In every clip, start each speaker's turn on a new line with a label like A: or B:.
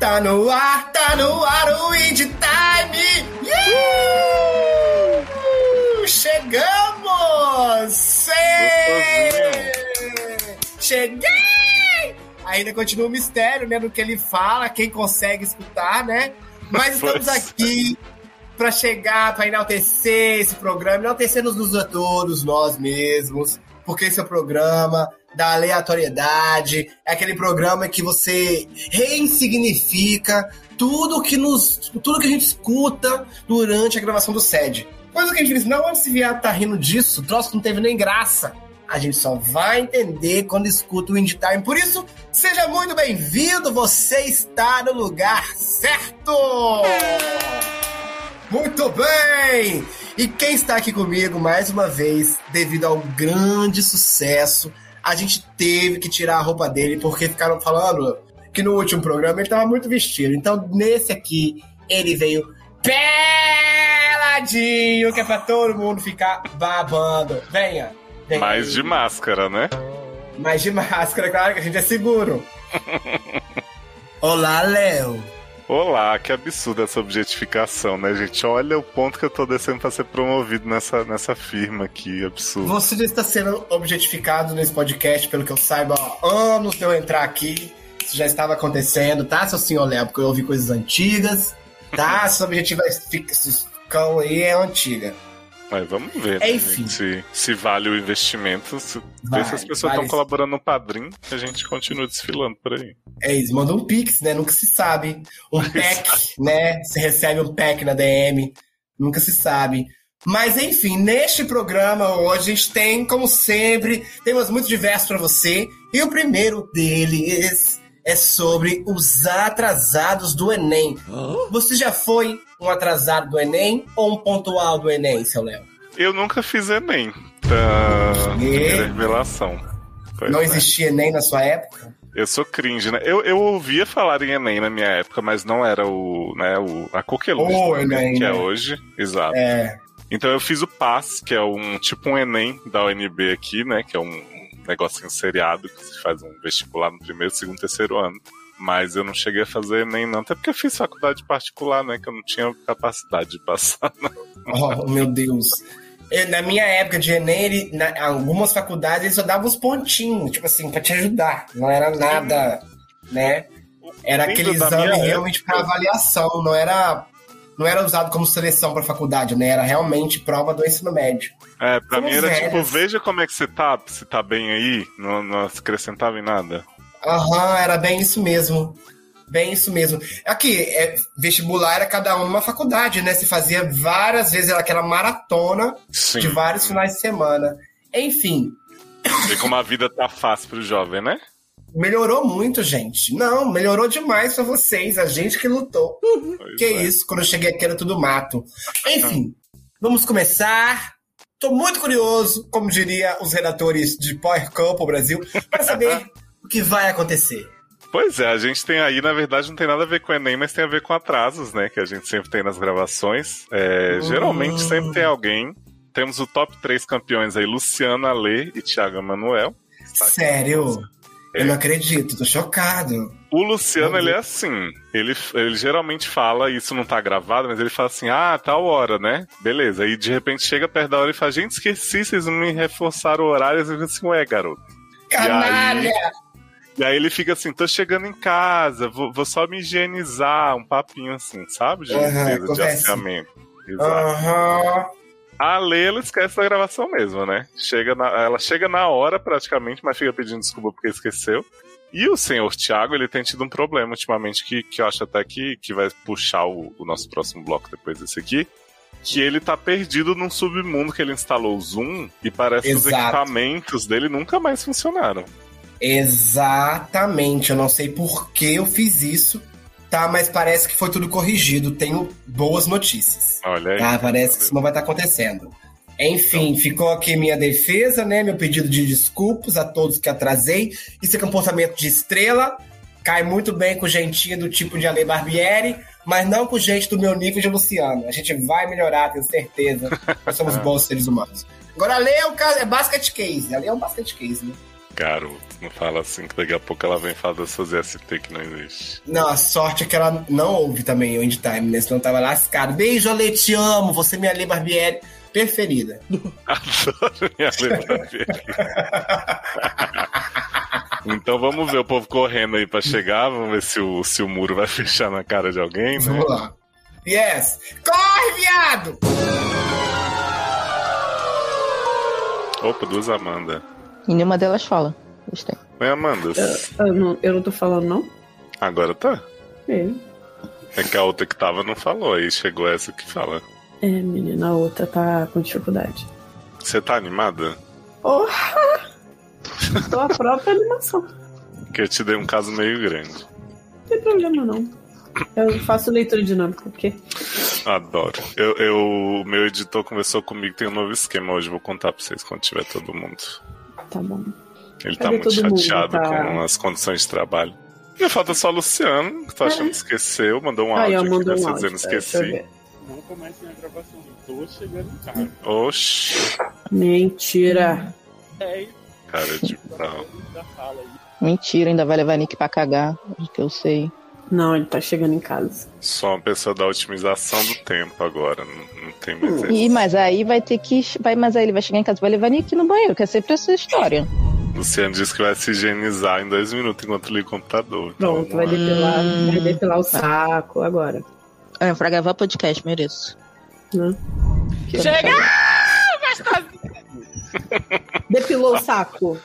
A: Tá no ar, tá no ar o Indie Time! Yeah! Chegamos! Sei! Cheguei! Ainda continua o mistério, né? No que ele fala, quem consegue escutar, né? Mas estamos
B: Pois.
A: aqui para chegar, para enaltecer esse programa, enaltecer-nos a todos nós mesmos, porque esse é o programa da aleatoriedade, é aquele programa que você reinsignifica tudo que nos, tudo que a gente escuta durante a gravação do SED. Coisa que a gente diz, não, esse viado tá rindo disso, o troço não teve nem graça. A gente só vai entender quando escuta o Indie Time. Por isso, seja muito bem-vindo, você está no lugar certo! Muito bem! E quem está aqui comigo mais uma vez, devido ao grande sucesso, a gente teve que tirar a roupa dele porque ficaram falando que no último programa ele estava muito vestido. Então, nesse aqui, ele veio peladinho, que é pra todo mundo ficar babando. Venha! venha.
B: Mais de máscara, né?
A: Mas de máscara, claro que a gente é seguro. Olá, Léo.
B: Olá, que absurda essa objetificação, né, gente? Olha o ponto que eu tô descendo pra ser promovido nessa, nessa firma aqui, absurdo.
A: Você já está sendo objetificado nesse podcast, pelo que eu saiba, ó, anos de eu entrar aqui. Isso já estava acontecendo, tá, seu senhor Léo? Porque eu ouvi coisas antigas, tá? Sua objetificação aí é antiga.
B: Mas vamos ver,
A: É,
B: né,
A: enfim.
B: gente, se, se vale o investimento, se,
A: Vai,
B: ver se as pessoas
A: vale
B: estão
A: sim.
B: colaborando no padrinho, que a gente continua desfilando por aí.
A: É isso, manda um pix, né? Nunca se sabe. Um pack, né? Você recebe um pack na DM, nunca se sabe. Mas enfim, neste programa hoje a gente tem, como sempre, temas muito diversos pra você. E o primeiro deles é sobre os atrasados do Enem. Você já foi um atrasado do Enem ou um pontual do Enem, seu Léo?
B: Eu nunca fiz Enem. Tá...
A: E?
B: Primeira revelação. Pois
A: É? Não
B: é.
A: existia Enem na sua época?
B: Eu sou cringe, né? Eu, eu ouvia falar em Enem na minha época, mas não era o, né, o a coqueluche
A: O Enem,
B: que
A: né?
B: é hoje. Exato.
A: É.
B: Então eu fiz o PAS, que é um tipo um Enem da UNB aqui, né? Que é um negocinho seriado que você faz um vestibular no primeiro, segundo, terceiro ano. Mas eu não cheguei a fazer Enem, não. Até porque eu fiz faculdade particular, né? Que eu não tinha capacidade de passar.
A: Oh, meu Deus. Eu, na minha época de Enem, ele- na- algumas faculdades eles só davam uns pontinhos, tipo assim, pra te ajudar. Não era nada, né? Era
B: Lembro
A: aquele
B: da
A: exame
B: minha
A: realmente pra
B: época.
A: avaliação, não era, não era usado como seleção pra faculdade, né? Era realmente prova do ensino médio.
B: É, pra
A: Somos
B: mim era tipo,
A: velhas.
B: veja como é que você tá, se tá bem aí. Não, não acrescentava em nada.
A: Aham, era bem isso mesmo. Bem isso mesmo. Aqui, é, vestibular era cada um uma faculdade, né? Se fazia várias vezes era aquela maratona
B: Sim.
A: de vários finais de semana. Enfim,
B: Ver como a vida tá fácil pro jovem, né?
A: Melhorou muito, gente. Não, melhorou demais pra vocês. A gente que lutou.
B: Pois
A: Que
B: é.
A: isso, quando eu cheguei aqui era tudo mato. Enfim, vamos começar. Tô muito curioso, como diria os redatores de Power Couple Brasil, para saber o que vai acontecer.
B: Pois é, a gente tem aí, na verdade, não tem nada a ver com o Enem, mas tem a ver com atrasos, né? Que a gente sempre tem nas gravações. É,
A: Hum.
B: Geralmente sempre tem alguém. Temos o top 3 campeões aí, Luciana, Lê e Thiago Emanuel. Tá. É.
A: Sério? Eu não acredito, tô chocado.
B: O Luciano,
A: Meu
B: ele é assim. Ele, ele geralmente fala, e isso não tá gravado, mas ele fala assim: ah, tal hora, né? Beleza. E de repente chega perto da hora e fala: gente, esqueci, vocês não me reforçaram o horário. E eu fico assim: ué, garoto.
A: Canalha!
B: tipo, E aí ele fica assim, tô chegando em casa, vou, vou só me higienizar, um papinho assim, sabe? De
A: Aham,
B: limpeza, de
A: conversa.
B: afiamento. Exato.
A: Aham. Ah.
B: A Lê, ela esquece da gravação mesmo, né? Chega na- ela chega na hora praticamente, mas fica pedindo desculpa porque esqueceu. E o senhor Thiago, ele tem tido um problema ultimamente, que, que eu acho até que, que vai puxar o, o nosso próximo bloco depois desse aqui. Que ele tá perdido num submundo que ele instalou o Zoom e parece que os
A: Exato.
B: equipamentos dele nunca mais funcionaram.
A: Exatamente, eu não sei por que eu fiz isso, tá? Mas parece que foi tudo corrigido. Tenho boas notícias.
B: Olha aí.
A: Tá, parece que isso não vai estar acontecendo. Enfim, ficou aqui minha defesa, né? Meu pedido de desculpas a todos que atrasei. Isso é comportamento de estrela. Cai muito bem com gentinha do tipo de Ale Barbieri, mas não com gente do meu nível de Luciano. A gente vai melhorar, tenho certeza. Nós somos bons seres humanos. Agora, Ale é, um caso, é basket case. Ale é um basket case, né?
B: Garoto, não fala assim que daqui a pouco ela vem falar das suas ST que não existe.
A: Não, a sorte é que ela não ouve também o End Time, né? Senão tava lascado. Beijo, Ale, te amo. Você é minha Ale Barbieri preferida.
B: Adoro minha Ale Barbieri. Então vamos ver o povo correndo aí pra chegar, vamos ver se o, se o muro vai fechar na cara de alguém, né?
A: Vamos lá. Yes! Corre, viado!
B: Opa, duas Amanda.
C: E nenhuma delas fala. Gostei.
B: Oi, Amanda.
D: Eu não, eu não tô falando, não?
B: Agora tá.
D: É.
B: É que a outra que tava não falou, aí chegou essa que fala.
D: É, menina, a outra tá com dificuldade.
B: Você tá animada?
D: Porra! Tô a própria animação. Não
B: Que eu te dei um caso meio grande.
D: tem problema, não. Eu faço leitura dinâmica, porque
B: Adoro. Eu, eu- o meu editor conversou comigo, tem um novo esquema hoje, vou contar pra vocês quando tiver todo mundo.
D: tá bom.
B: Ele tá
D: Cadê
B: muito
D: todo mundo?
B: chateado
D: Tá.
B: com as condições de trabalho. E falta só o Luciano, que tá
D: É.
B: achando que esqueceu, mandou um áudio
D: Aí eu
B: aqui
D: mando
B: dessa
D: um áudio.
B: dizendo
D: tá? Deixa eu
B: esqueci.
D: ver.
E: Não comecem a gravação, tô chegando em casa.
B: Oxi,
D: Mentira.
E: 10
B: cara de pau.
E: da sala aí.
C: Mentira, ainda vai levar Nick pra cagar, do que eu sei.
D: Não, ele tá chegando em casa.
B: Só uma pessoa da otimização do tempo agora, não, não
D: Hum,
B: tem mais esse.
C: E, mas aí vai ter que. Vai, mas aí ele vai chegar em casa e vai levar Nick no banheiro, que é sempre essa história.
B: Luciano disse que vai se higienizar em dois minutos enquanto liga o computador. Então,
D: Pronto, vai
B: vamos lá.
D: depilar,
C: Hum.
D: vai depilar o saco agora.
C: É, pra gravar podcast, mereço.
D: Né?
C: Que eu não faço.
D: Depilou o saco.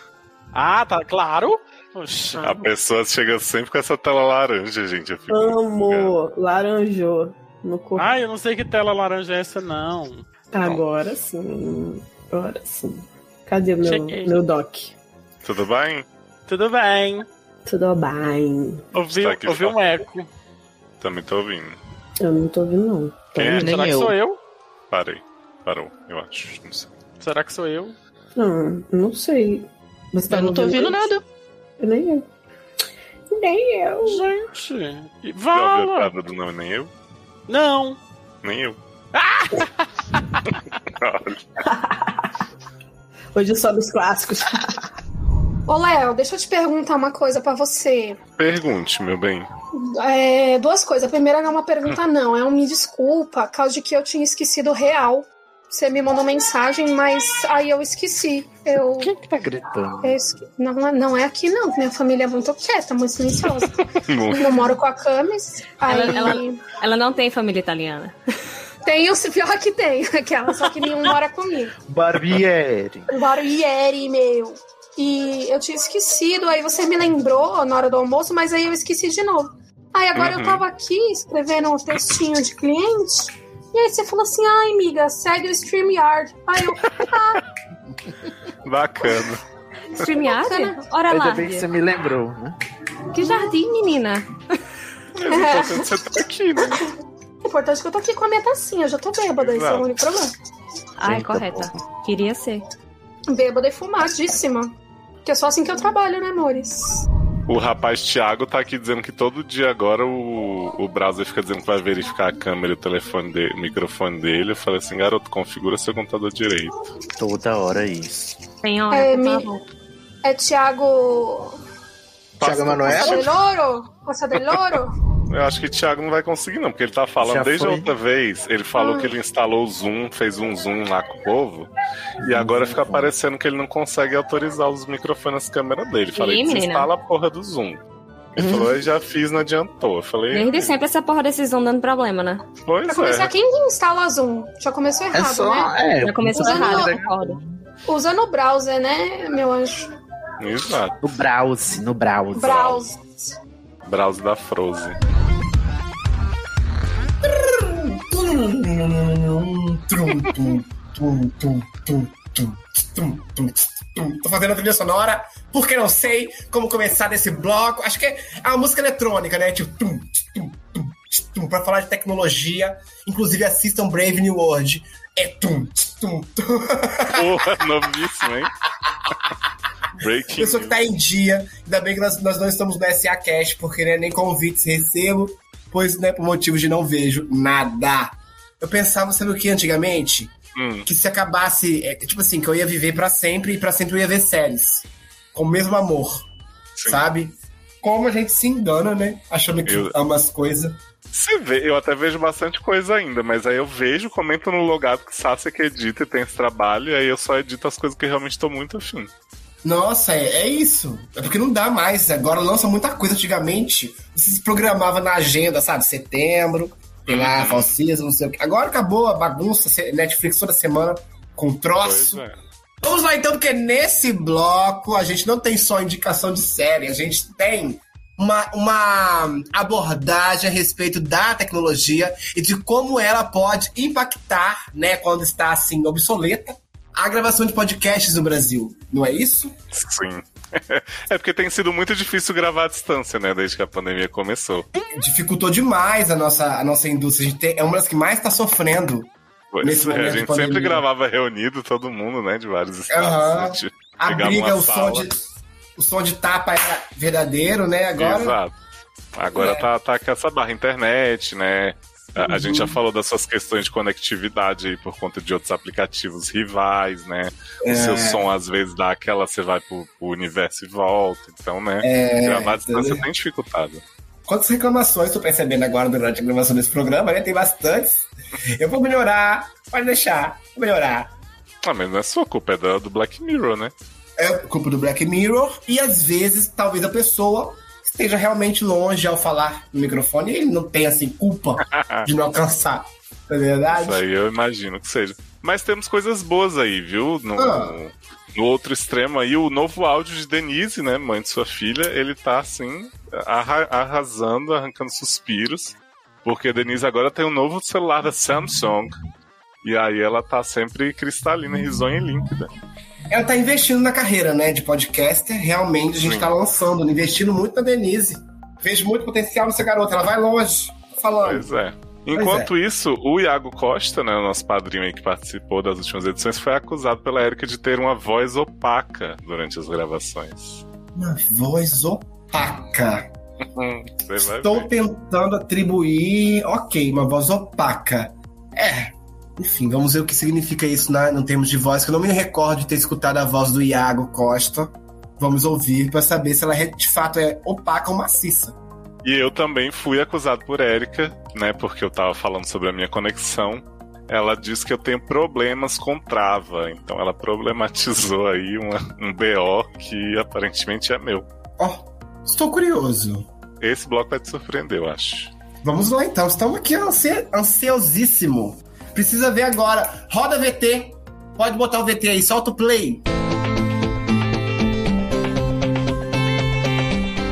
E: Ah, tá claro. Oxe.
B: A pessoa chega sempre com essa tela laranja, gente. Eu fico empolgado.
D: Amo. Laranjou no corpo.
E: Ah, eu não sei que tela laranja é essa, não.
D: Agora sim. Agora sim. Cadê meu,
E: Cheguei.
D: meu doc?
B: Tudo bem?
E: Tudo bem.
D: Tudo bem.
E: Ouvi,
B: Está aqui
E: ouvi um eco.
B: Também tô ouvindo.
D: Eu não tô ouvindo, não.
B: Quem é?
C: Nem
E: Será que
C: eu.
E: sou eu?
B: Parei. Parou, eu acho. Não sei.
E: Será que sou eu?
D: Não, não sei. Você tá
C: Eu não tô ouvindo
D: isso?
C: nada.
D: Eu nem eu. Nem eu.
E: Gente. e
B: Já ouviu a
E: Vala!
B: piada do nome? Nem eu?
E: Não.
B: Nem eu.
F: é
D: Hoje só dos clássicos.
G: Ô, Léo, deixa eu te perguntar uma coisa pra você.
B: Pergunte, meu bem.
G: É, duas coisas. A primeira não é uma
E: Ah.
G: pergunta, não. É um me desculpa, causa de que eu tinha esquecido real. Você me mandou mensagem, mas aí eu esqueci. Eu.
E: Quem que tá gritando?
G: eu esque- Não, é- não é aqui, não. Minha família é muito quieta, muito silenciosa.
B: Não.
G: Eu moro com a Camis. Aí
H: Ela- Ela não tem família italiana.
G: tem o pior que tem, aquela, só que nenhum mora comigo.
I: Barbieri.
G: Um barbieri, meu. E eu tinha esquecido, aí você me lembrou na hora do almoço, mas aí eu esqueci de novo. Aí agora
B: Uhum.
G: eu tava aqui escrevendo um textinho de cliente, e aí você falou assim, ai, amiga, segue o StreamYard. Aí eu,
B: Bacana.
H: StreamYard? Ora
I: Ainda
H: lá.
I: bem que você me lembrou, né?
H: Que jardim, menina.
B: Mas o importante é você tá aqui, né?
G: o importante é que eu tô aqui com a minha tacinha, eu já tô bêbada, esse é
B: Exato.
G: o único problema.
H: Ai,
I: Eita,
H: correta. Queria ser.
G: Bêbada e fumadíssima. Que é só assim que eu trabalho, né, amores?
B: O rapaz Thiago tá aqui dizendo que todo dia agora o, o browser fica dizendo que vai verificar a câmera e o telefone dele, o microfone dele. Eu falei assim, garoto, configura seu computador direito.
I: Toda hora isso.
H: Tem tá hora,
G: É,
H: por
G: me-
H: favor.
G: É Thiago... É
B: Passa-
I: Thiago
A: É?
I: Manoel?
G: Costa del Oro? Costa del Oro?
B: Eu acho que o Thiago não vai conseguir, não, porque ele tá falando
I: Já
B: desde a
I: foi.
B: outra vez. Ele falou
H: Ah.
B: que ele instalou o Zoom, fez um Zoom lá com o povo, e agora
A: Uhum.
B: fica parecendo que ele não consegue autorizar os microfones das câmeras dele. Falei,
H: Ih, menina.
B: desinstala a porra do Zoom. Ele
A: Uhum.
B: falou, eu já fiz, não adiantou. Eu falei,
H: Desde sempre essa porra decisão dando problema, né?
G: Pra
B: pois
G: começar,
B: é.
G: quem instala Zoom? Já começou
I: É
G: errado,
I: só.
G: né?
I: É,
H: Já começou
G: Usando-
H: errado, eu concordo.
G: Usando o browser, né, meu anjo?
B: Exato.
I: no browse, no browse.
G: Browse.
B: Browser da Frozen.
A: Tô fazendo a trilha sonora, porque não sei como começar desse bloco. Acho que é a música eletrônica, né? Tipo, tum, tum, tum, tum, pra falar de tecnologia. Inclusive, assistam Brave New World. É tum, tum, tum.
B: Porra, novíssimo, hein? Breaking.
A: Pessoa que tá em dia. Ainda bem que nós, nós não estamos no SA Cash, porque né, nem convites recebo, pois né, por motivos de não vejo nada. Eu pensava, sabe o que antigamente?
B: Hum,
A: que se acabasse, é, tipo assim, que eu ia viver pra sempre e pra sempre eu ia ver séries. com o mesmo amor,
B: Sim.
A: sabe? Como a gente se engana, né? Achando que
B: Eu-
A: ama as coisas.
B: Você vê, eu até vejo bastante coisa ainda, mas aí eu vejo, comento no logado que Sasha que edita e tem esse trabalho, e aí eu só edito as coisas que eu realmente tô muito afim.
A: Nossa, é, é isso. É porque não dá mais. Agora lança muita coisa. Antigamente, você se programava na agenda, sabe? Setembro, tem
B: Uhum.
A: lá, falsismo, não sei o quê. Agora acabou a bagunça, se- Netflix toda semana com troço.
B: Pois é.
A: Vamos lá então, porque nesse bloco a gente não tem só indicação de série, a gente tem uma, uma abordagem a respeito da tecnologia e de como ela pode impactar, né, quando está assim obsoleta, a gravação de podcasts no Brasil. Não é isso?
B: Sim. é porque tem sido muito difícil gravar à distância, né? Desde que a pandemia começou.
A: Dificultou demais a nossa, a nossa indústria. A gente tem- é uma das que mais está sofrendo.
B: Pois
A: Nesse
B: é,
A: momento
B: a
A: de
B: gente
A: pandemia.
B: sempre gravava reunido, todo mundo, né? De vários estados.
A: Aham.
B: né, tipo,
A: A
B: Pegava
A: briga,
B: uma
A: o som,
B: sala.
A: de, o som de tapa era verdadeiro, né? Agora.
B: Exato. Agora
A: É.
B: tá, tá com essa barra internet, né? A, a gente já
A: Uhum.
B: falou dessas questões de conectividade aí por conta de outros aplicativos rivais, né? O
A: É.
B: seu som às vezes dá aquela, você vai pro, pro universo e volta. Então, né?
A: É,
B: Gravar à distância tem dificultado.
A: Quantas reclamações tô percebendo agora durante a gravação desse programa, né? Tem bastantes. Eu vou melhorar, pode deixar, vou melhorar.
B: Ah, mas não é sua culpa, é da- do Black Mirror, né?
A: É culpa do Black Mirror e às vezes talvez a pessoa esteja realmente longe ao falar no microfone e ele não tem assim culpa de não alcançar. Não é verdade?
B: Isso aí eu imagino que seja. Mas temos coisas boas aí, viu? No,
A: Ah.
B: no outro extremo aí, o novo áudio de Denise, né? Mãe de sua filha, ele tá assim, arra- arrasando, arrancando suspiros. Porque a Denise agora tem um novo celular da Samsung. E aí ela tá sempre cristalina, risonha e límpida.
A: Ela tá investindo na carreira, né? De podcaster, realmente a gente
B: Sim.
A: tá lançando, investindo muito na Denise. Vejo muito potencial nessa garota, ela vai longe. Tô Falando.
B: Pois é. Enquanto isso, o Iago Costa, né, o nosso padrinho aí que participou das últimas edições, foi acusado pela Erika de ter uma voz opaca durante as gravações.
A: Uma voz opaca.
B: Você vai
A: Estou
B: ver.
A: tentando atribuir, ok, uma voz opaca. É. Enfim, vamos ver o que significa isso na, no termos de voz, que eu não me recordo de ter escutado a voz do Iago Costa. Vamos ouvir para saber se ela é- de fato é opaca ou maciça.
B: E eu também fui acusado por Érica, né? Porque eu tava falando sobre a minha conexão. Ela disse que eu tenho problemas com trava. Então ela problematizou aí uma- um BO que aparentemente é meu.
A: Ó, estou curioso.
B: Esse bloco vai te surpreender, eu acho.
A: Vamos lá então, estamos aqui ansi- ansiosíssimo. Precisa ver agora. Roda VT. Pode botar o VT aí, solta o play.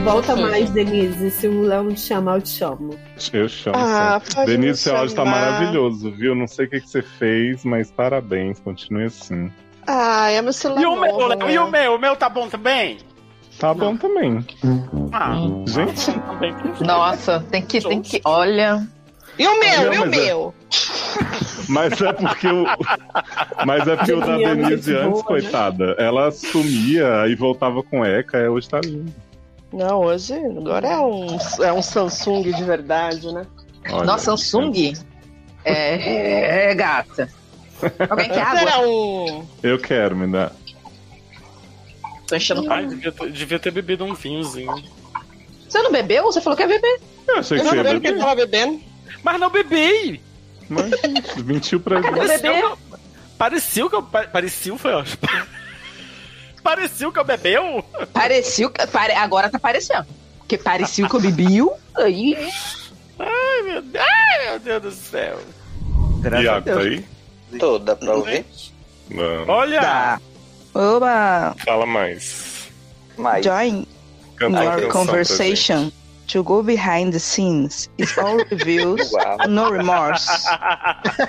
F: Volta mais, Denise. Se o Léo me chamar, eu te chamo.
B: Eu chamo.
D: Ah, pode me
B: Denise, seu áudio tá
D: chamar.
B: maravilhoso, viu? Não sei o que, que você fez, mas parabéns, continue assim.
D: Ah, é meu celular.
E: E o meu,
D: novo,
F: né?
E: Léo? E o meu? O meu tá bom também?
B: Tá bom também.
E: Ah,
B: Gente,
C: Hum.
E: também.
J: Nossa, tem que, tem que. Olha. E o meu,
B: Não,
J: e o
B: mas é-
J: meu?
B: Mas é porque o. Mas é porque o da
F: Juliana
B: Denise
F: de boa,
B: antes,
F: né?
B: coitada, ela sumia e voltava com Eca, é, hoje tá lindo.
F: Não, hoje agora é um, é um Samsung de verdade, né?
B: Olha,
J: Nossa,
C: um
J: Samsung? É, é, gata. Alguém quer água?
F: Será um.
B: Eu quero, me dá.
J: Tô enchendo. o
E: Ai, devia ter, devia ter bebido um vinhozinho.
J: Você não bebeu? Você falou que ia beber?
B: Eu achei
F: Eu
B: que
F: não
B: você
F: lembro que
B: ia
K: né?
B: beber,
F: ele tava um bebendo.
E: Mas não bebi!
B: mas gente, mentiu pra mim.
E: Pareceu
J: beber?
E: que eu- Pareceu que eu. pa- Pareceu, foi ótimo. Pareceu que eu bebeu?
J: Pareceu. que- pare- Agora tá parecendo. Porque parecia que eu bebiu. Aí.
E: Ai, meu Deus, ai, meu Deus do céu.
I: Graças a
B: Iago, tá
I: Deus.
B: aí?
K: Tô, dá pra ouvir?
B: Não,
E: Olha!
I: Tá.
J: Oba!
B: fala mais.
K: Mas.
J: Join
B: Canta uma canção pra
J: to go behind the scenes. It's all reviews,
K: Uau.
J: no remorse.
B: gente.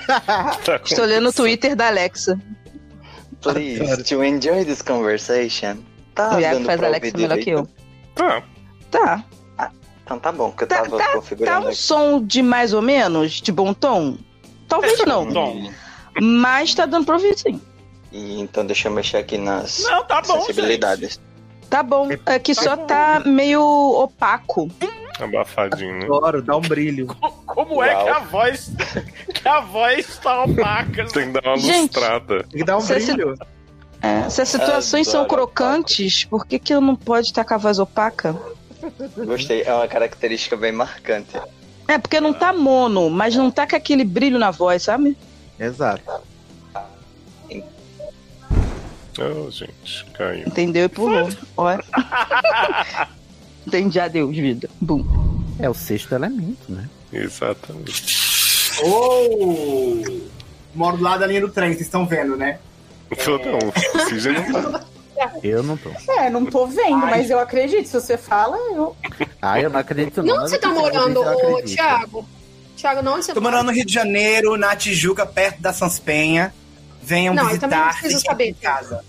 B: Tá com-
J: Estou lendo o Twitter da Alexa.
K: Please, to enjoy this conversation. Tá
J: o Iago
K: dando
J: faz
K: pra
J: a
K: ouvir
J: Alexa melhor que eu.
K: direito?
B: Tá.
J: Tá.
K: Então tá bom, que eu
J: Tá-
K: tava
J: Tá
K: configurando
J: um som de mais ou menos, de bom tom?
B: É
J: Talvez
B: um
J: não.
E: Bom.
J: Mas tá dando pra ouvir sim.
K: E, então deixa eu mexer aqui nas
E: Não, tá bom. gente.
K: sensibilidades.
J: Tá bom. É que
E: Tá
J: só
E: bom.
J: tá meio opaco.
B: Abafadinho, né?
I: Adoro, dá um brilho.
E: Co- Como é
K: Uau.
E: que a voz. Que a voz tá opaca?
B: Tem que dar uma
J: Gente.
B: lustrada.
I: Tem que dar um
J: Você se-
I: brilho.
J: É, se as situações são
K: Adoro.
J: crocantes, por que, que eu não pode tacar a voz opaca?
K: Gostei, é uma característica bem marcante.
J: É, porque não tá mono, mas não tá com aquele brilho na voz, sabe?
I: Exato.
B: Oh, gente, caiu.
J: Entendeu? E pulou. Olha. Entendi, adeus, vida. Bum.
I: É o sexto elemento, né?
B: Exatamente.
A: Ou Oh! moro do lado da linha do trem, vocês estão vendo, né?
B: Todo um. Cid não tá.
I: Eu não tô.
L: É, não tô vendo, mas eu acredito. Se você fala, eu.
I: Ah, eu não acredito
G: E
I: não.
G: onde você tá morando, ô, Thiago? Thiago, não, onde você
A: Tô morando no Rio de Janeiro, na Tijuca, perto da Sanspenha. Venham
G: Não, eu também não
A: visitar.
G: preciso
A: fiquem
G: saber.
A: em casa.
G: tá-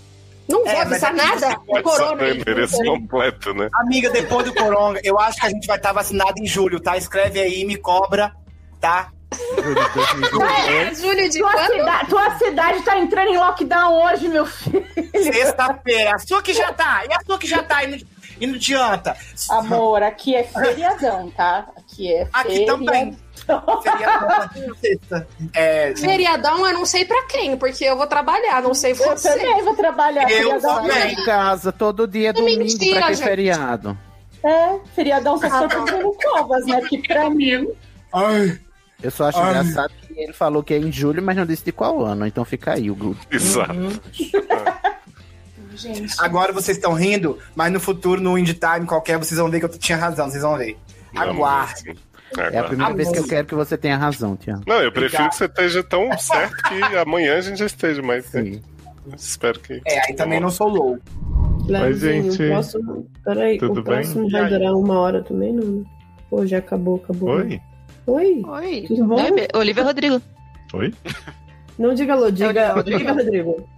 G: Não
A: É,
G: vou
A: mas
G: avisar
A: aqui você
B: tá
G: nada.
A: pode
G: Corona.
B: Sabe o endereço é completo, né?
A: Amiga, depois do Coronga, eu acho que a gente vai estar vacinado em julho, tá? Escreve aí, me cobra, tá?
G: É, Júlio de
L: tua,
G: quando?
L: cida- tua cidade tá entrando em lockdown hoje, meu filho.
A: Sexta-feira, a sua que já tá, e a sua que já tá, e não, e não adianta.
L: Amor, aqui é feriadão, tá? Aqui é
A: Aqui também. Feriadão a partir de sexta. É,
G: Feriadão, eu não sei pra quem, porque eu vou trabalhar, não sei
L: Eu
G: você.
L: também vou trabalhar. feriadão
A: né?
I: Fica em casa, todo dia é domingo,
G: mentira,
I: pra que
G: gente.
I: feriado?
L: É, feriadão só se for pro Bruno Covas, né? Que pra mim.
A: Ai.
I: Eu só acho
A: Ai.
I: engraçado que ele falou que é em julho, mas não disse de qual ano, então fica aí o grupo.
B: Exato.
L: Gente.
A: Agora vocês estão rindo, mas no futuro, no Indie Time qualquer, vocês vão ver que eu tinha razão, vocês vão ver. Aguarde.
B: assim.
I: É
B: Ah,
I: a primeira vez que eu quero que você tenha razão, Tiago.
B: Não, eu prefiro que você esteja tão certo que amanhã a gente já esteja, mas. né, Espero que.
A: É, aí também não sou louco.
B: Mas,
D: Leozinho,
B: gente,
D: o próximo- Peraí,
B: tudo
D: o próximo
B: bem?
D: vai
B: E aí?
D: durar uma hora também, não? né? Pô, já acabou, acabou.
B: Oi?
D: Oi?
J: Oi.
D: Tudo bom?
J: Olivia Rodrigo.
B: Oi?
D: Não diga alô, diga
J: Rodrigo.
D: Olivia Rodrigo.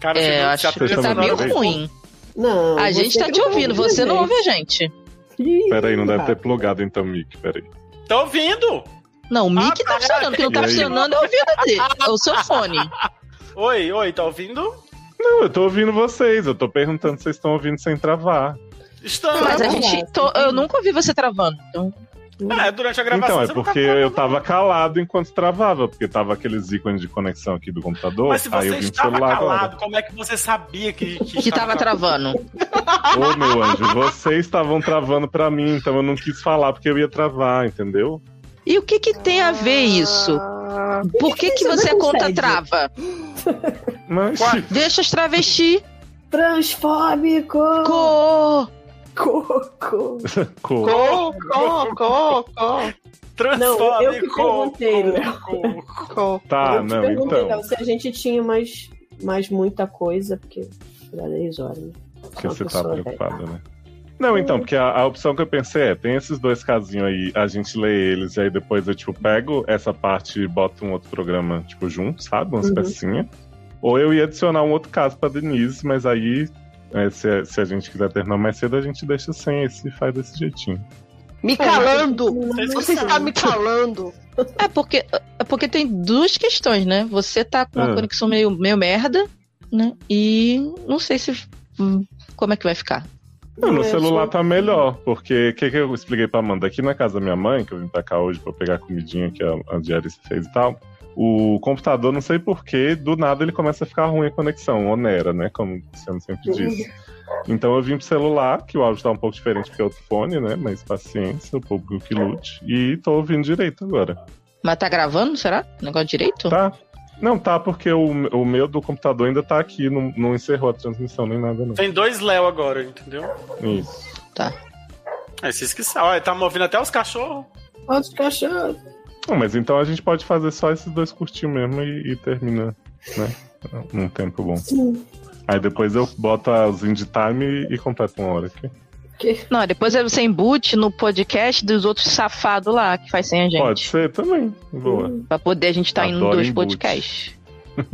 E: Cara,
J: É,
E: se-
J: acho
E: se a trilha
J: que tá
E: sonora-
J: meio ruim.
D: Não.
J: A
D: você
J: gente tá
D: que
J: te
D: não
J: ouvindo, você não ouve a gente.
B: Peraí, não deve ter plugado então, Mick, peraí.
E: Tô Tá ouvindo!
J: Não, o mic tá
E: tá.
J: funcionando. O que não tá
B: E aí?
J: funcionando é o ouvido dele. É o seu fone.
E: Oi, oi, tá ouvindo?
B: Não, eu tô ouvindo vocês, eu tô perguntando se vocês estão ouvindo sem travar.
E: Estamos.
J: Mas a gente. tô- eu nunca ouvi você travando. Então.
E: É, durante a gravação
B: Então, é
E: você
B: porque
E: não tá
B: eu tava calado enquanto travava, porque tava aqueles ícones de conexão aqui do computador,
E: Mas se
B: aí
E: você
B: eu vim do
E: estava
B: celular
E: calado,
B: agora.
E: como é que você sabia que, que,
J: Que tava travando.
B: Ô, meu anjo, vocês estavam travando pra mim, então eu não quis falar porque eu ia travar, entendeu?
J: E o que que tem a ver isso?
L: Ah.
J: Por que que você conta
D: consegue?
J: trava?
B: Mas...
J: Deixa os travesti.
D: Transfóbico!
J: Co...
D: Coco!
B: Co...
F: Co, co, co, co.
D: Não, eu que
F: Transfóbico.
D: perguntei, Léo.
F: Co.
B: Tá,
D: eu te
B: não,
D: perguntei,
B: então.
D: Léo, se a gente tinha mais, mais muita coisa, porque era 10 horas. né?
B: Porque
D: Uma
B: você tá
D: pessoa
B: preocupada, né? Não, então, porque a, a opção que eu pensei é, tem esses dois casinhos aí, a gente lê eles, e aí depois eu, tipo, pego essa parte e boto um outro programa, tipo, junto, sabe? Umas
D: Uhum.
B: pecinhas. Ou eu ia adicionar um outro caso pra Denise, mas aí, é, se, se a gente quiser terminar mais cedo, a gente deixa sem esse e faz desse jeitinho.
F: Me calando! Você está
J: tá
F: me calando!
J: É porque, é porque tem duas questões, né? Você tá com uma
B: Ah.
J: conexão meio, meio merda, né? E não sei se. hum, Como é que vai ficar?
B: Não, no
J: Eu
B: celular
J: sou-
B: tá melhor, porque o que, que eu expliquei pra Amanda? Aqui na casa da minha mãe, que eu vim pra cá hoje pra pegar a comidinha que a, a diarista fez e tal, o computador, não sei porquê, do nada ele começa a ficar ruim a conexão, onera, né? Como o Luciano sempre diz. Então eu vim pro celular, que o áudio tá um pouco diferente porque é outro fone, né? Mas paciência, o público que lute. E tô ouvindo direito agora.
J: Mas tá gravando, será? Negócio direito?
B: Tá. Não, tá, porque o, o meu do computador ainda tá aqui, não, não encerrou a transmissão nem nada, não.
E: Tem dois Léo agora, entendeu?
B: Isso.
J: Tá.
E: É, vocês que sabem. Olha, tá movendo até os cachorros.
B: tá-
D: Olha os cachorros.
B: Não, mas então a gente pode fazer só esses dois curtinhos mesmo e, e termina, né? Num tempo bom.
D: Sim.
B: Aí depois eu boto os indie time e, e completo uma hora aqui.
J: Não, depois você embute no podcast dos outros safados lá que faz sem a gente.
B: Pode ser também. Boa.
J: Pra poder a gente tá indo
B: Adoro
J: nos dois
B: embute.
J: podcasts.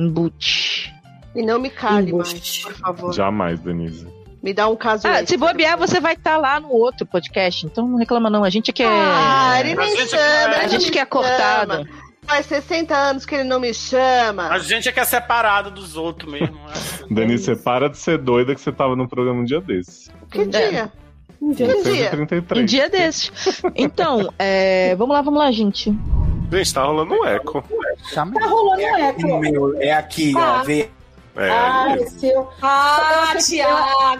J: Embute.
F: E não me cale mais, por favor.
B: Jamais, Denise.
F: Me dá um caso.
J: Ah,
F: extra.
J: se bobear, você vai estar lá no outro podcast. Então não reclama, não. A gente quer.
F: Ah, ele nem chama.
J: A
F: ele
J: gente
F: não
J: quer
F: me
J: cortado.
F: chama. Faz 60 anos que ele não me chama.
E: A gente é que é separado dos outros mesmo. é assim.
B: Denise, você para de ser doida que você tava num programa um dia desses.
F: Que
J: É.
F: dia?
D: Um dia
F: Que
B: Seis e
F: dia?
B: trinta e
J: Um
B: três.
J: dia desses. Então, é, vamos lá, vamos lá, gente.
B: Gente, tá rolando um eco.
I: Chama
L: Tá rolando um eco.
A: Meu, é aqui, ó.
L: Ah.
A: Vê
B: É,
L: ah,
B: aí-
L: seu.
M: Ah,
L: Eu achei que era-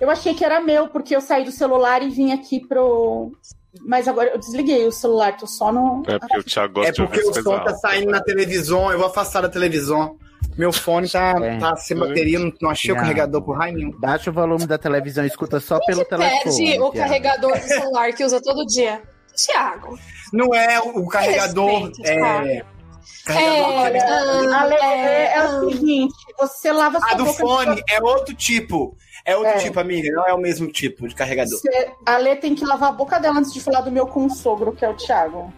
L: Eu achei que era meu, porque eu saí do celular e vim aqui pro. Mas agora eu desliguei o celular, tô só no.
B: É porque o Thiago gosta
A: É
B: de
A: porque
B: ouvir
A: o
B: as
A: som
B: coisas
A: tá
B: altas.
A: saindo na televisão, eu vou afastar da televisão. Meu fone tá, tá sem bateria, não, não achei o
I: Já.
A: carregador por raio nenhum.
I: Baixa o volume da televisão, escuta só pelo telefone.
G: Pede o
I: Thiago.
G: carregador do celular que usa todo dia. Tiago.
A: Não é o carregador.
G: Respeito,
A: É,
G: Thiago.
A: carregador
L: Olha,
G: ah,
L: Ale, é, é
G: ah.
L: o seguinte, você lava sua
A: A do
L: boca.
A: fone é outro tipo. É outro tipo, amiga. Não é o mesmo tipo de carregador.
L: Você, a Lê tem que lavar a boca dela antes de falar do meu consogro, que é o Thiago.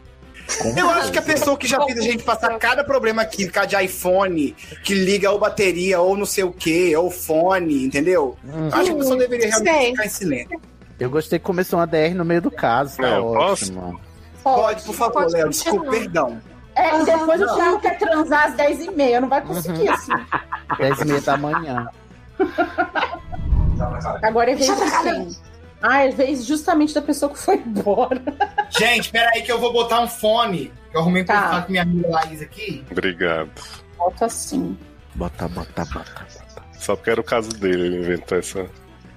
A: Eu acho que a pessoa que já fez a gente passar cada problema aqui, por causa de iPhone, que liga ou bateria, ou não sei o quê, ou fone, entendeu? Eu acho que a pessoa deveria realmente ficar em silêncio.
I: Eu gostei que começou uma DR no meio do caso. Tá
B: Não,
I: ótimo.
A: Pode, por favor, Léo, desculpa, perdão.
L: É, e depois o
A: Não.
L: Thiago quer transar às 10h30, não vai
D: Uhum.
L: conseguir assim.
I: 10 e meia da manhã.
L: Agora é vez de quem? Ah, é vez justamente da pessoa que foi embora.
A: Gente, peraí que eu vou botar um fone. Eu arrumei pra falar com minha amiga Laís aqui.
B: Obrigado.
L: Bota assim.
I: Bota, bota, bota.
B: Só porque era o caso dele, ele inventou essa.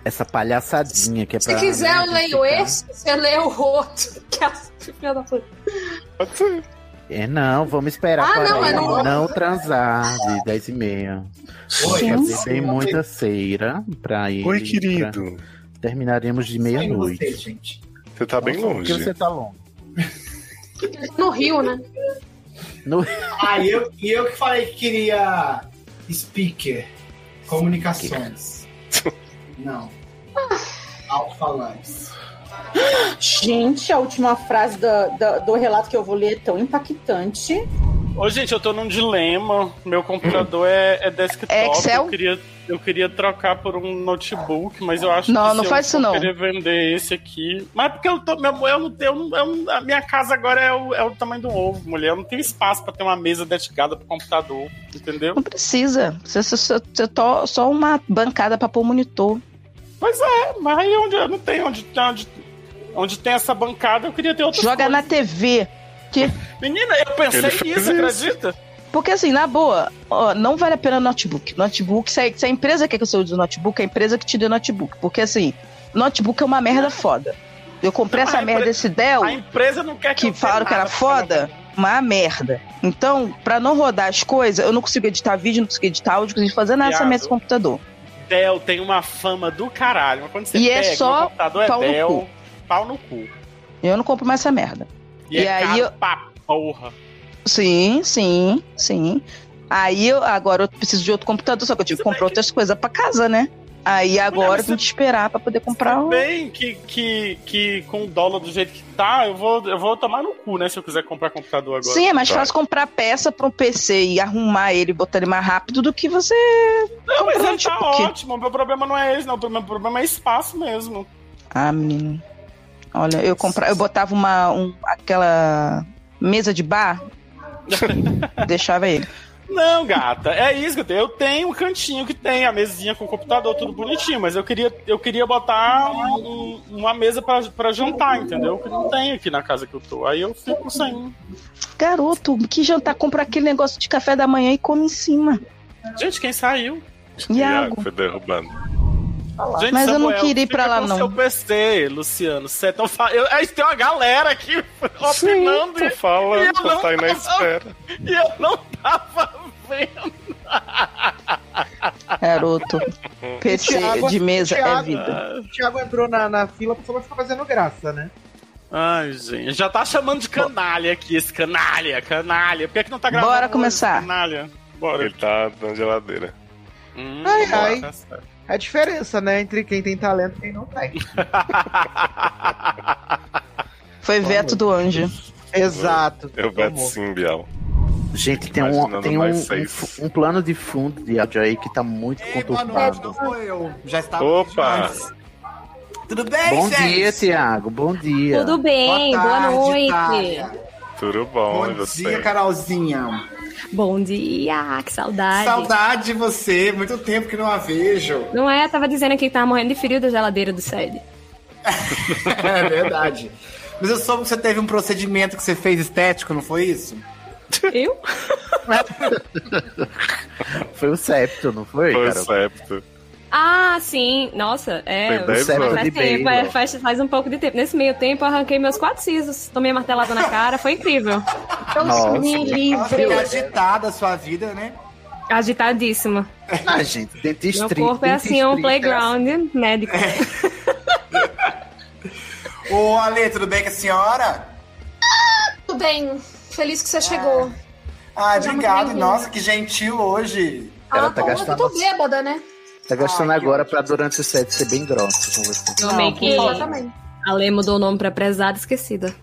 I: Essa palhaçadinha que é pra.
G: Se quiser,
A: Ah,
G: eu
I: né,
G: leio
I: ficar-
G: esse, você lê o outro. Que é filha da puta.
B: Pode ser.
I: É, não, vamos esperar.
G: Ah,
I: para
G: não,
I: aí.
G: eu não-
I: transar de 10 e meia.
A: Oi,
I: Fazer
A: sim.
I: bem muita ceira pra ele.
B: Oi, querido.
I: pra- Terminaremos de meia-noite.
B: Você tá bem
I: Nossa, por que
B: longe.
I: você tá longe?
G: No Rio, né?
I: No...
A: Ah, e eu, e eu que falei que queria speaker, comunicações. Não. Alto-falantes.
L: Gente, a última frase da- da- do relato que eu vou ler é tão impactante.
E: Ô, gente, eu tô num dilema. Meu computador é, é desktop.
J: É Excel?
E: Eu queria, eu queria trocar por um notebook, mas eu acho
J: Não,
E: que
J: não
E: se
J: faz
E: eu
J: isso, não.
E: Eu queria vender esse aqui. Mas é porque eu tô. Minha, eu não tenho. eu não- eu não- a minha casa agora é o, é o tamanho do ovo, mulher. Eu não tenho espaço pra ter uma mesa dedicada pro computador, entendeu?
J: Não precisa. Você, você, você, você to- só uma bancada pra pôr o monitor.
E: Pois é, mas aí onde eu não tenho onde, onde, onde tem essa bancada, eu queria ter outra.
J: Joga na TV. Que...
E: Menina, eu pensei
J: Ele
E: nisso,
J: fez isso.
E: acredita?
J: Porque assim, na boa, ó, não vale a pena notebook. Notebook, se a, se a empresa quer que você use o notebook, é a empresa que te dê notebook. Porque assim, notebook é uma merda foda. Eu comprei essa merda, esse Dell,
E: empresa não quer
J: que, falaram que era foda, uma merda. Então, pra não rodar as coisas, eu não consigo editar vídeo, não consigo editar áudio, não consigo fazer nada nessa
E: Viado.
J: mesa de computador.
E: Dell tem uma fama do caralho, mas quando você
J: E é
E: pega,
J: só
E: o computador é
J: pau no
E: Dell,
J: cu.
E: pau no cu.
J: Eu não compro mais essa merda.
E: E, é aí caro eu... pra porra.
J: Sim, sim, sim. Aí eu, agora eu preciso de outro computador, só que eu tive que comprar outras coisas pra casa, né? Aí agora eu tenho que esperar pra poder comprar um.
E: Bem que, que, que com o dólar do jeito que tá, eu vou, eu vou tomar no cu, né, se eu quiser comprar computador agora.
J: Sim, é mais fácil comprar peça pra um PC e arrumar ele, botar ele mais rápido do que você.
E: Não, mas
J: comprar
E: ele
J: um
E: tá
J: notebook.
E: ótimo, meu problema não é esse, não, meu problema é espaço mesmo.
J: Ah, menino. Olha, eu comprava, eu botava uma um, aquela mesa de bar, deixava ele.
E: Não, gata, é isso que eu tenho. Eu tenho um cantinho que tem a mesinha com o computador, tudo bonitinho, mas eu queria, eu queria botar um- uma mesa pra, pra jantar, entendeu? Que não tem aqui na casa que eu tô. Aí eu fico sem.
J: Garoto, que jantar compra aquele negócio de café da manhã e come em cima.
E: Gente, quem saiu?
J: Iago.
B: Foi derrubando.
E: Gente,
J: Mas eu não
E: Samuel,
J: queria ir
E: fica
J: pra lá,
E: com
J: não.
E: seu PC, Luciano. Você é tão fa... eu... Aí tem uma galera aqui opinando.
B: tô
E: e-
B: falando,
E: e eu não
B: tá aí na
E: tava-
B: espera.
E: E eu não tava vendo.
J: Garoto, PC
N: Thiago-
J: de mesa é
N: Thiago-
J: vida.
N: O Thiago entrou na, na fila só pra ficar fazendo graça, né?
E: Ai, gente, já tá chamando de canalha aqui, esse canalha, canalha. Por que, que não tá gravando?
J: Bora
E: hoje,
J: começar.
E: Canalha. Bora.
B: Ele tá na geladeira.
E: Hum,
N: Ai,
E: bora,
N: ai.
E: tá certo.
N: É a diferença, né? Entre quem tem talento e quem não tem.
J: Foi veto do anjo.
N: Exato.
B: Eu veto sim, Bial.
I: Gente, tem, um,
B: Imaginando
I: tem um,
B: mais
I: um,
B: seis.
I: um plano de fundo de áudio aí que tá muito
A: Boa noite,
I: conturbado.
A: não sou eu. Já estava.
I: Opa!
A: antes. Tudo bem,
I: Bom
A: gente?
I: dia, Tiago. Bom dia.
H: Tudo bem,
A: Boa
H: boa,
A: tarde,
H: noite.
B: Tudo bom, e
A: Bom
B: você?
A: dia, Carolzinha.
H: Bom dia, que saudade.
A: Saudade de você, muito tempo que não a vejo.
H: Não é? Tava dizendo que tava morrendo de frio da geladeira do sede.
A: É verdade. Mas eu soube que você teve um procedimento que você fez estético, não foi isso?
H: Eu?
I: Foi o septo, não foi?
B: Foi o
I: Carol?
B: septo.
H: Ah, sim. Nossa, é.
I: Tem dez anos.
H: faz
I: De
H: tempo,
I: Baylor.
H: é, faz, faz um pouco de tempo. Nesse meio tempo, eu arranquei meus quatro sisos, tomei a martelada na cara, foi incrível.
G: Então,
I: Nossa.
M: Fica agitada a sua vida, né?
H: Agitadíssima.
I: Ah, gente, dentista. né?
H: Meu corpo é assim, um playground né, médico.
M: Ô, Ale, tudo bem com a senhora?
G: Tudo bem. Feliz que você chegou.
M: Ah,
G: Seja muito
M: obrigado.
G: bem-vinda.
M: Nossa, que gentil hoje.
G: Ah,
I: Ela tá
G: bom,
I: gastando-
G: eu tô bêbada, né?
I: Tá gastando agora pra durante o set ser bem grossa com você.
H: Eu amei que
G: Exatamente.
H: a Lê mudou o nome pra prezada esquecida.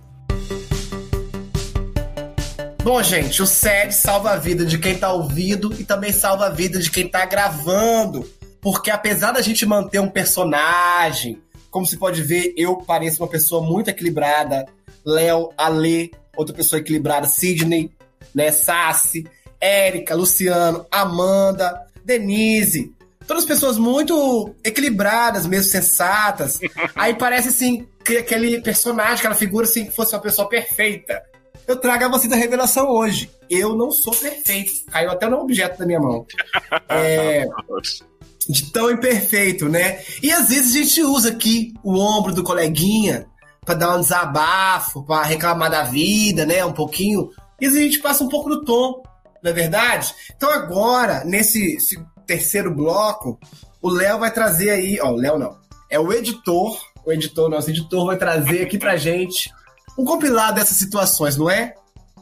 A: Bom, gente, o SED salva a vida de quem tá ouvindo e também salva a vida de quem tá gravando. Porque apesar da gente manter um personagem, como se pode ver, eu pareço uma pessoa muito equilibrada. Léo, Alê, outra pessoa equilibrada, Sidney, né, Sassi, Érica, Luciano, Amanda, Denise. Todas pessoas muito equilibradas, mesmo sensatas. Aí parece assim, que aquele personagem, aquela figura assim, que fosse uma pessoa perfeita. Eu trago a você da revelação hoje. Eu não sou perfeito. Caiu até no objeto da minha mão. É, de tão imperfeito, né? E às vezes a gente usa aqui o ombro do coleguinha pra dar um desabafo, pra reclamar da vida, né? Um pouquinho. E às vezes a gente passa um pouco do tom, não é verdade? Então agora, nesse esse terceiro bloco, o Léo vai trazer aí. Ó, o Léo não. É o editor. O editor, nosso editor, vai trazer aqui pra gente um compilado dessas situações, não é?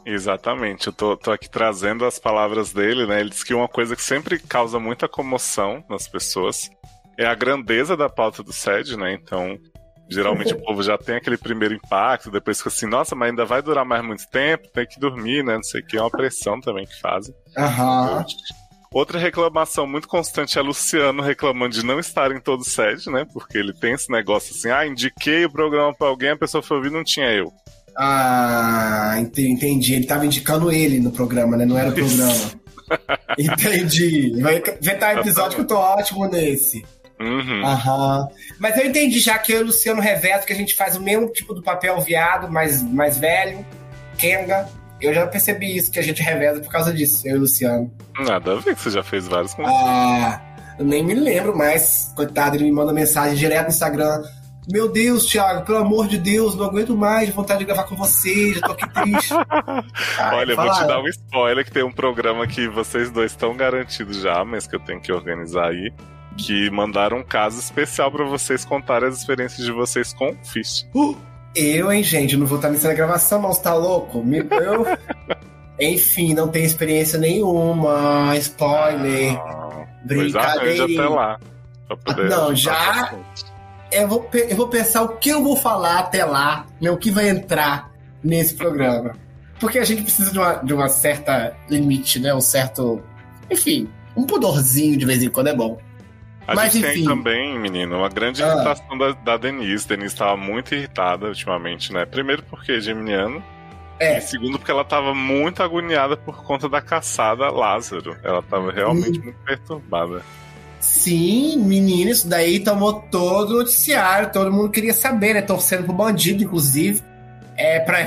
B: Exatamente, eu tô, tô aqui trazendo as palavras dele, né? Ele disse que uma coisa que sempre causa muita comoção nas pessoas é a grandeza da pauta do SED, né? Então, geralmente o povo já tem aquele primeiro impacto, depois fica assim, nossa, mas ainda vai durar mais muito tempo, tem que dormir, né? Não sei o que, é uma pressão também que fazem.
A: Aham.
B: Outra reclamação muito constante é Luciano reclamando de não estar em todo o SED, né? Porque ele tem esse negócio assim, ah, indiquei o programa pra alguém, a pessoa foi ouvir não tinha eu.
A: Ah, ente- entendi. Ele tava indicando ele no programa, né? Não era o programa. entendi. Vai vai tá um episódio que eu tô ótimo nesse.
B: Uhum.
A: Aham. Mas eu entendi, já que eu e o Luciano Reverso, que a gente faz o mesmo tipo do papel viado, mais, mais velho, Kenga. Eu já percebi isso, que a gente reveza por causa disso, eu e o Luciano.
B: Nada a ver que você já fez vários com
A: Ah, eu nem me lembro mais. Coitado, ele me manda mensagem direto no Instagram. Meu Deus, Thiago, pelo amor de Deus, não aguento mais de vontade de gravar com você, já tô aqui triste.
B: Olha, eu vou
A: falaram.
B: te dar um spoiler que tem um programa que vocês dois estão garantidos já, mas que eu tenho que organizar aí. Que mandaram um caso especial pra vocês contarem as experiências de vocês com o Fist.
A: Uh, eu, hein, gente, não vou estar nessa gravação, não, você tá louco? Me- Eu... Enfim, não tenho experiência nenhuma. Spoiler.
B: Ah, Pois é, arranja
A: Brincadeirinha.
B: até lá. Pra poder
A: Não, já. é, Eu vou, pe- eu vou pensar o que eu vou falar até lá, né, o que vai entrar nesse programa. Porque a gente precisa de uma, de uma certa limite, né? Um certo. Enfim, um pudorzinho de vez em quando é bom.
B: A
A: Mas
B: gente
A: enfim.
B: tem também, menino, uma grande
A: Ah.
B: irritação da, da Denise. Denise estava muito irritada ultimamente, né? Primeiro porque é geminiano.
A: É.
B: E segundo porque ela estava muito agoniada por conta da caçada a Lázaro. Ela estava
A: Hum.
B: realmente muito perturbada.
A: Sim, menino, isso daí tomou todo o noticiário, todo mundo queria saber, né? Torcendo pro bandido, inclusive. É pra.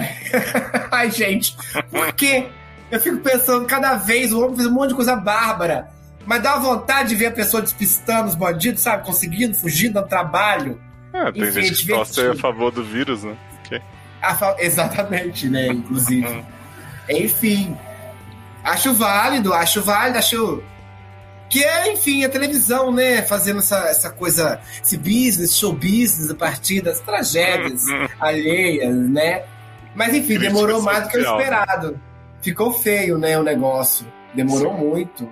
A: Ai, gente, por quê? Eu fico pensando, cada vez o homem fez um monte de coisa bárbara. Mas dá vontade de ver a pessoa despistando os bandidos, sabe? Conseguindo, fugindo, dando trabalho.
B: É, tem
A: Enfim,
B: gente que torce a
A: divertido.
B: favor do vírus, né? Ok.
A: A fa- Exatamente, né?
B: Uhum.
A: Inclusive. Enfim. Acho válido, acho válido, acho. Que é, enfim, a televisão, né? Fazendo essa, essa coisa, esse business, show business, a partir das tragédias alheias, né? Mas enfim,
B: Uhum. Crítica
A: demorou mais do que o
B: social, né?
A: esperado. Ficou feio, né, o negócio. Demorou muito.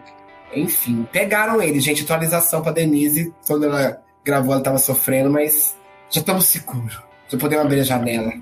A: Enfim, pegaram ele, gente. Atualização pra Denise. Quando ela gravou, ela tava sofrendo, mas já estamos seguros. Já podemos abrir a janela.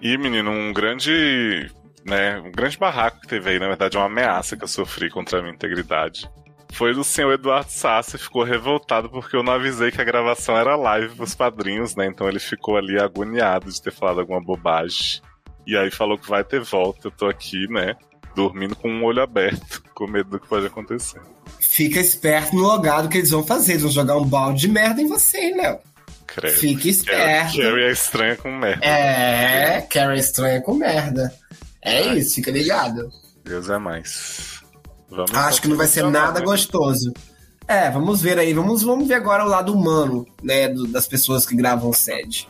B: E, menino, um grande. Né, um grande barraco que teve aí, na verdade, é uma ameaça que eu sofri contra a minha integridade. Foi do senhor Eduardo Sassi, ficou revoltado porque eu não avisei que a gravação era live pros padrinhos, né? Então ele ficou ali agoniado de ter falado alguma bobagem. E aí falou que vai ter volta. Eu tô aqui, né? Dormindo com um olho aberto, com medo do que pode acontecer.
A: Fica esperto no logado que eles vão fazer. Eles vão jogar um balde de merda em você, hein, Léo?
B: Credo.
A: Fique esperto.
B: Carrie, Carrie é estranha com merda.
A: É, Karen estranha com merda. É isso, É fica ligado.
B: Deus é mais. Vamos né?
A: Acho que não vai ser nada gostoso. É, vamos ver aí. Vamos, vamos ver agora o lado humano, né, do- das pessoas que gravam sede.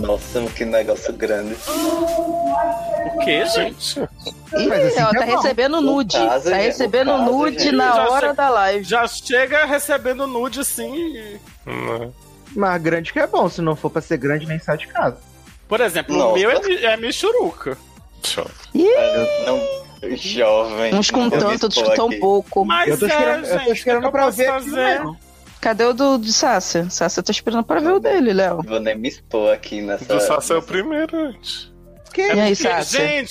K: Nossa, que negócio grande.
E: O quê, gente?
J: Ih, ó, tá recebendo nude. tá recebendo nude na hora da live.
E: Já chega recebendo nude assim.
N: Mas grande que é bom, se não for pra ser grande, nem sai de casa.
E: Por exemplo, o
N: Nossa.
E: meu é, mi- é michuruca.
K: Não, jovem.
J: Uns com
K: eu
J: tanto, outros
K: estou
J: com tão
K: aqui.
J: pouco.
K: Mas Eu tô é, esperando- eu tô gente, esperando o que eu pra posso ver aqui, fazer? né?
J: Cadê o do de Sácia? Sácia, eu tô esperando pra ver o dele, Léo.
K: Vou nem me expor aqui nessa.
B: Do Sassi é o primeiro antes.
J: Que?
E: É
J: E aí,
E: porque,
J: Sácia?
E: Gente,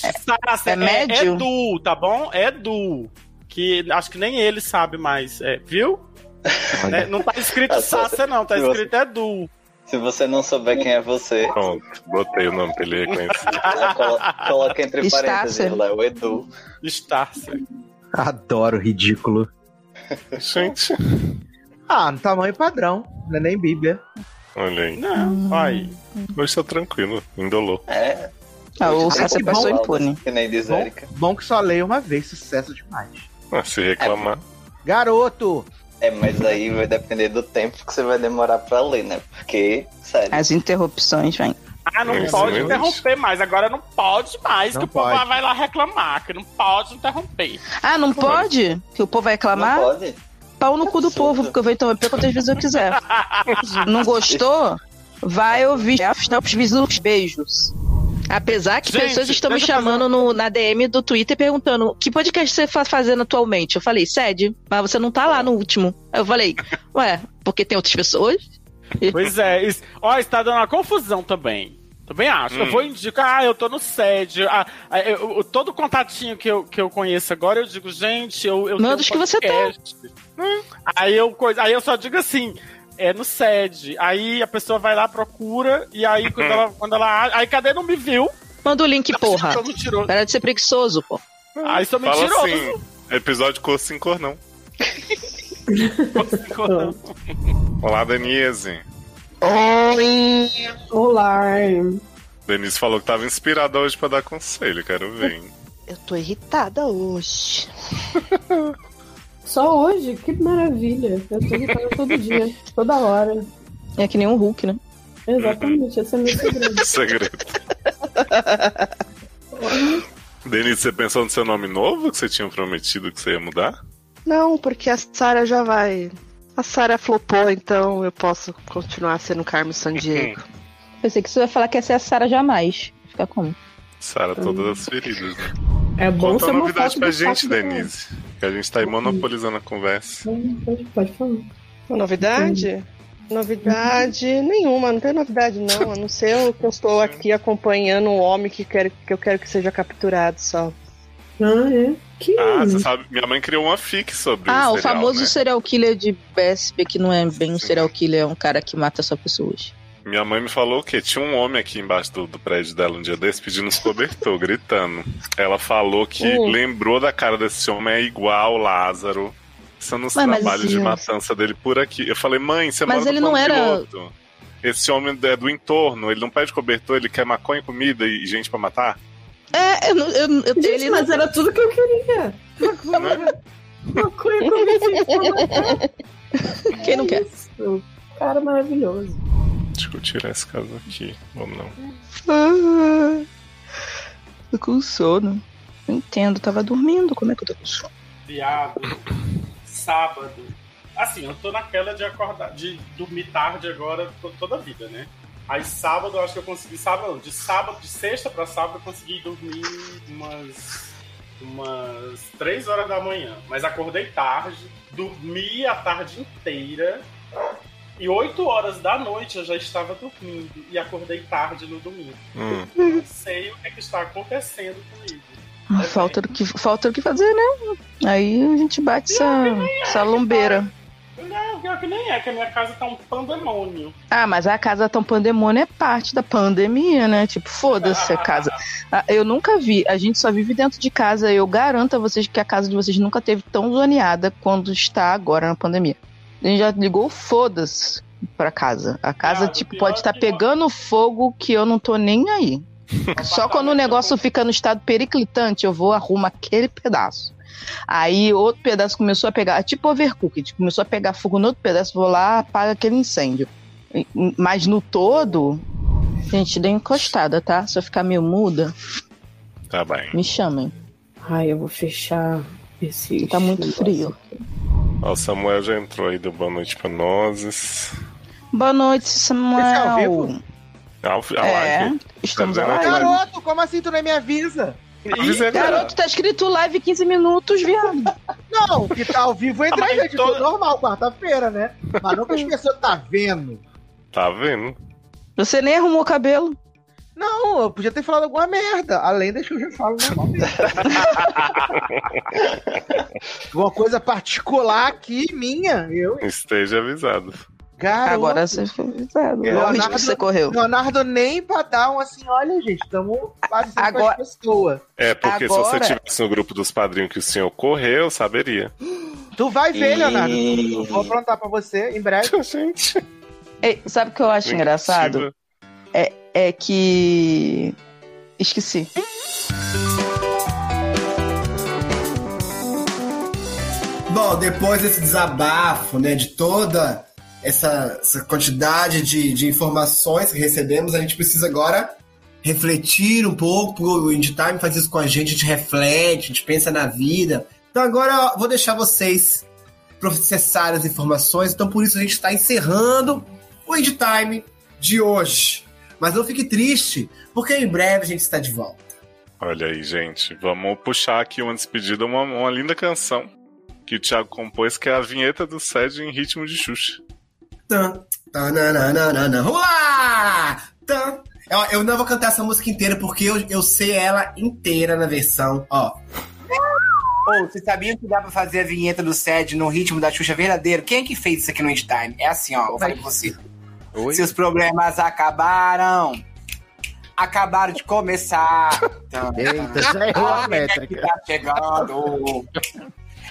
J: é
E: Sácia, é, é,
J: médio?
E: Du, tá bom? É Du. Que acho que nem ele sabe mais. É, viu? É, não tá escrito
K: Ah, Sácia,
E: Sácia, não. Tá
K: se você-
E: escrito é Du.
K: Se você não souber quem é você.
B: Pronto, botei o nome pra ele reconhecer.
K: Coloca, coloca entre
E: Estácio.
K: parênteses lá, o Edu.
E: Estácia.
N: Adoro, ridículo.
B: Gente.
N: Ah, no tamanho padrão, não é nem Bíblia.
B: Olha aí.
E: Não, aí.
B: Eu estou tranquilo, indolor.
K: É.
J: Ah, o
N: Hoje
J: Sácia
N: tem
J: passou
N: bom-
J: impune.
K: Que nem diz
N: Bom, bom que só leio uma vez, sucesso demais.
B: Ah, se reclamar.
N: Garoto!
K: É, mas aí vai depender do tempo que você vai demorar pra ler, né? Porque, sério.
J: As interrupções, vem.
E: Ah, não
K: Isso
E: pode
K: mesmo.
E: interromper mais. Agora não pode mais,
J: é Não
E: que o povo
J: pode.
E: vai lá reclamar, que não pode interromper.
J: Ah, não pode? Que o povo vai reclamar?
K: Não pode?
J: Pau no cu do povo, porque eu vou interromper quantas vezes eu quiser. não gostou? Vai ouvir os vizinhos beijos. Apesar que
O: Gente,
J: pessoas estão me
O: deixa eu fazer
J: chamando no- na DM do Twitter perguntando que podcast você está fazendo atualmente? Eu falei, sede, mas você não tá lá no último. Aí Eu falei, ué, porque tem outras pessoas?
E: Pois é, isso, ó, está dando uma confusão também. Também acho.
J: Hum.
E: Eu vou indicar, ah, eu tô no sede. Ah, ah, eu- eu- todo contatinho que eu, que eu conheço agora, eu digo, gente, eu. eu
J: Manda
E: tenho
J: os que você tá.
E: podcast. Hum. Aí eu, coisa- aí eu só digo assim. É no sede. Aí a pessoa vai lá, procura, e aí quando ela. Quando ela aí cadê não me viu?
J: Manda o link, porra.
E: Só me tirou.
J: Para de ser preguiçoso, pô.
E: Aí
J: É,
E: só me
B: Fala
E: tirou.
B: assim,
J: né?
B: episódio cor sem cor não.
D: assim.
B: Olá, Denise.
D: Oi! Olá!
B: Denise falou que tava inspirada hoje pra dar conselho, quero ver. hein?
D: Eu tô irritada hoje. Só hoje? Que maravilha! Eu tô irritada todo dia, toda hora.
J: É que nem um Hulk, né?
D: Exatamente, esse é meu segredo.
B: Segredo. Denise, você pensou no seu nome novo que você tinha prometido que você ia mudar?
F: Não, porque a Sarah já vai. A Sarah flopou, então eu posso continuar sendo Carmen Sandiego.
J: Pensei que você ia falar que essa é a Sara jamais. Fica como?
B: Sara, todas
J: Hum.
B: as feridas, né?
D: É bom
B: Conta
D: ser
B: uma
D: uma
B: novidade
D: foto
B: pra
D: do
B: gente,
D: saco do
B: Denise. Que a gente
J: Hum.
B: tá aí monopolizando a conversa.
D: Pode, pode falar.
F: Uma novidade? Novidade nenhuma, não tem novidade não, a não ser o que eu estou aqui acompanhando um homem que, quero, que eu quero que seja capturado só.
D: Ah, é? Que
B: Ah, você sabe, minha mãe criou uma fic sobre
J: Ah, o
B: serial,
J: famoso
B: né?
J: serial killer de BSP, que não é bem um serial killer, é um cara que mata só pessoas.
B: Minha mãe me falou que tinha um homem aqui embaixo do, do prédio dela um dia desse pedindo uns cobertor, gritando. Ela falou que
J: Hum.
B: lembrou da cara desse homem, é igual o Lázaro. São nos
J: Ué, mas
B: trabalhos de
J: isso-
B: matança dele por aqui. Eu falei, mãe, você
J: Mas
B: mora
J: ele
B: no
J: não
B: Plano
J: era-
B: Piloto. Esse homem é do entorno, ele não pede cobertor, ele quer maconha, comida e gente pra matar?
J: É, eu, não- eu, eu
D: Gente, mas era tudo que eu queria.
B: é?
J: Uhum.
D: Maconha como
J: Quem não quer?
D: Cara maravilhoso.
B: Deixa eu tirar esse caso aqui. Vamos não.
J: Ah, tô com sono. Não entendo, tava dormindo. Como é que eu tô com sono?
E: Viado, sábado. Assim, eu tô naquela de acordar, de dormir tarde agora to- toda a vida, né? Aí sábado eu acho que eu consegui, sábado, não, de sábado, de sexta pra sábado eu consegui dormir umas umas três horas da manhã, mas acordei tarde, dormi a tarde inteira e 8 horas da noite eu já estava dormindo e acordei tarde no domingo.
B: Hum.
E: Não sei o que, é que está acontecendo comigo.
J: Falta do, que, falta do que fazer, né? Aí a gente bate essa, essa lombeira.
E: Não, pior que nem é, que a minha casa tá um pandemônio.
J: Ah, mas a casa tão pandemônio é parte da pandemia, né? Tipo, foda-se a casa. Ah, Eu nunca vi, a gente só vive dentro de casa. Eu garanto a vocês que a casa de vocês nunca teve tão zoneada quando está agora na pandemia. A gente já ligou, foda-se. pra casa. A casa, tipo, pode estar pegando fogo que eu não tô nem aí. Só quando o negócio fica no estado periclitante, eu vou arrumo aquele pedaço. Aí outro pedaço começou a pegar, tipo overcooked, começou a pegar fogo no outro pedaço, vou lá, apaga aquele incêndio. Mas no todo, gente, dei encostada, tá? Se eu ficar meio muda,
B: Tá bem.
J: me chamem.
D: Ai, eu vou fechar esse.
J: Tá muito frio.
B: Ó, o Samuel já entrou aí do Boa Noite pra Nozes.
J: Boa noite, Samuel.
N: Esse é ao vivo? Tá
B: A, a
J: É,
B: live.
J: estamos
B: Tá
J: ao
B: vendo?
J: vivo.
N: Garoto, como assim tu não me avisa?
B: Avisa ele,
J: Garoto, tá escrito live 15 minutos, viado.
N: Não, que tá ao vivo entre a gente, tudo normal, quarta-feira, né? Mas nunca as pessoas tá vendo.
B: Tá vendo?
J: Você nem arrumou o cabelo.
N: Não, eu podia ter falado alguma merda, além das que eu já falo normalmente. Uma coisa particular aqui, minha, eu.
B: Esteja avisado.
N: Garoto.
J: Agora você foi
N: É,
J: avisado. Olha o risco que você correu.
N: Leonardo nem pra dar um assim, olha, gente, estamos quase sendo
J: Agora-
N: Agora... pessoa.
B: É, porque se você
N: Agora-
B: tivesse no grupo dos padrinhos que o senhor correu, eu saberia.
N: Tu vai ver,
B: Ih.
N: Leonardo. Eu Vou aprontar pra você em breve.
B: Gente.
J: Ei, sabe o que eu acho
B: Negativa.
J: engraçado? É, é que. Esqueci.
A: Bom, depois desse desabafo, né, de toda essa, essa quantidade de, de informações que recebemos, a gente precisa agora refletir um pouco. O Indie Time faz isso com a gente, a gente reflete, a gente pensa na vida. Então agora eu vou deixar vocês processar as informações, então por isso a gente está encerrando o Indie Time de hoje. Mas não fique triste, porque em breve a gente está de volta.
B: Olha aí, gente. Vamos puxar aqui uma despedida, uma, uma linda canção que o Thiago compôs, que é a vinheta do Sede em ritmo de Xuxa.
A: Tan, tananana, uá! Tan. Ó, Eu não vou cantar essa música inteira porque eu, eu sei ela inteira na versão, ó.
M: Ou, vocês sabiam que dá pra fazer a vinheta do SED no ritmo da Xuxa verdadeiro? Quem é que fez isso aqui no End Time? É assim, ó, eu falei pra você. Seus problemas acabaram. Acabaram de começar.
I: Eita, já errou a métrica.
M: Tá chegando.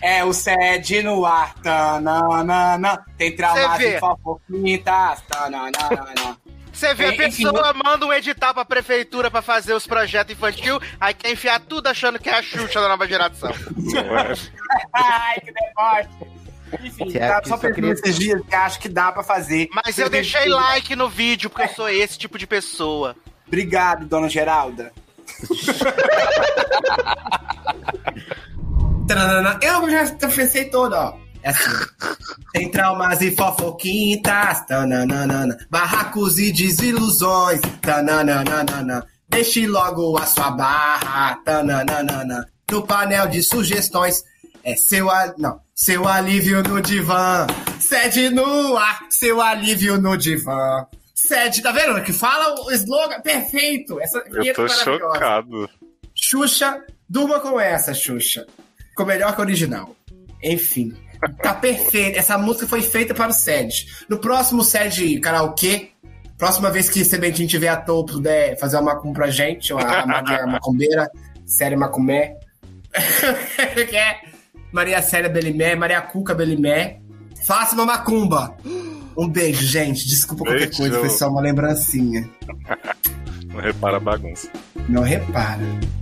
M: É o SED no ar. Tá, Tananana. Tem
O: Você
M: traumas
O: vê.
M: e fofoquitas. Tananana.
O: Você vê, a
M: Tem- enfim, tá,
O: pessoa manda um edital pra prefeitura pra fazer os projetos infantil, aí quer enfiar tudo achando que é a Xuxa da nova geração.
B: é?
M: Ai, que deboche. Enfim,
O: Tiago,
M: tá, só
O: só
M: pensando
O: queria-
M: nesses dias que acho que dá pra fazer.
O: Mas eu deixei like no vídeo, porque eu sou esse tipo de pessoa.
M: Obrigado, dona Geralda.
A: Tananana. Eu já pensei toda, ó. É assim. ó. Tem traumas e fofoquitas, tananana. barracos e desilusões, tananana. deixe logo a sua barra, tananana. no painel de sugestões, é seu, a... não, seu alívio no divã, sede no ar, seu alívio no divã. Sede, tá vendo que fala o slogan perfeito? Essa
B: Eu
A: vinheta
B: tô
A: maravilhosa.
B: chocado.
A: Xuxa, durma com essa, Xuxa. Ficou melhor que a original. Enfim, tá perfeito. Essa música foi feita para o SED. No próximo SED karaokê, próxima vez que Sebentinho tiver à toa, puder fazer uma macumba pra gente, ou a, a Maria Macumbeira, Série Macumé. que é Maria Célia Belimé, Maria Cuca Belimé. Faça uma macumba. Um beijo, gente. Desculpa qualquer
B: Beijo.
A: coisa, foi só uma lembrancinha.
B: Não repara a bagunça.
A: Não repara.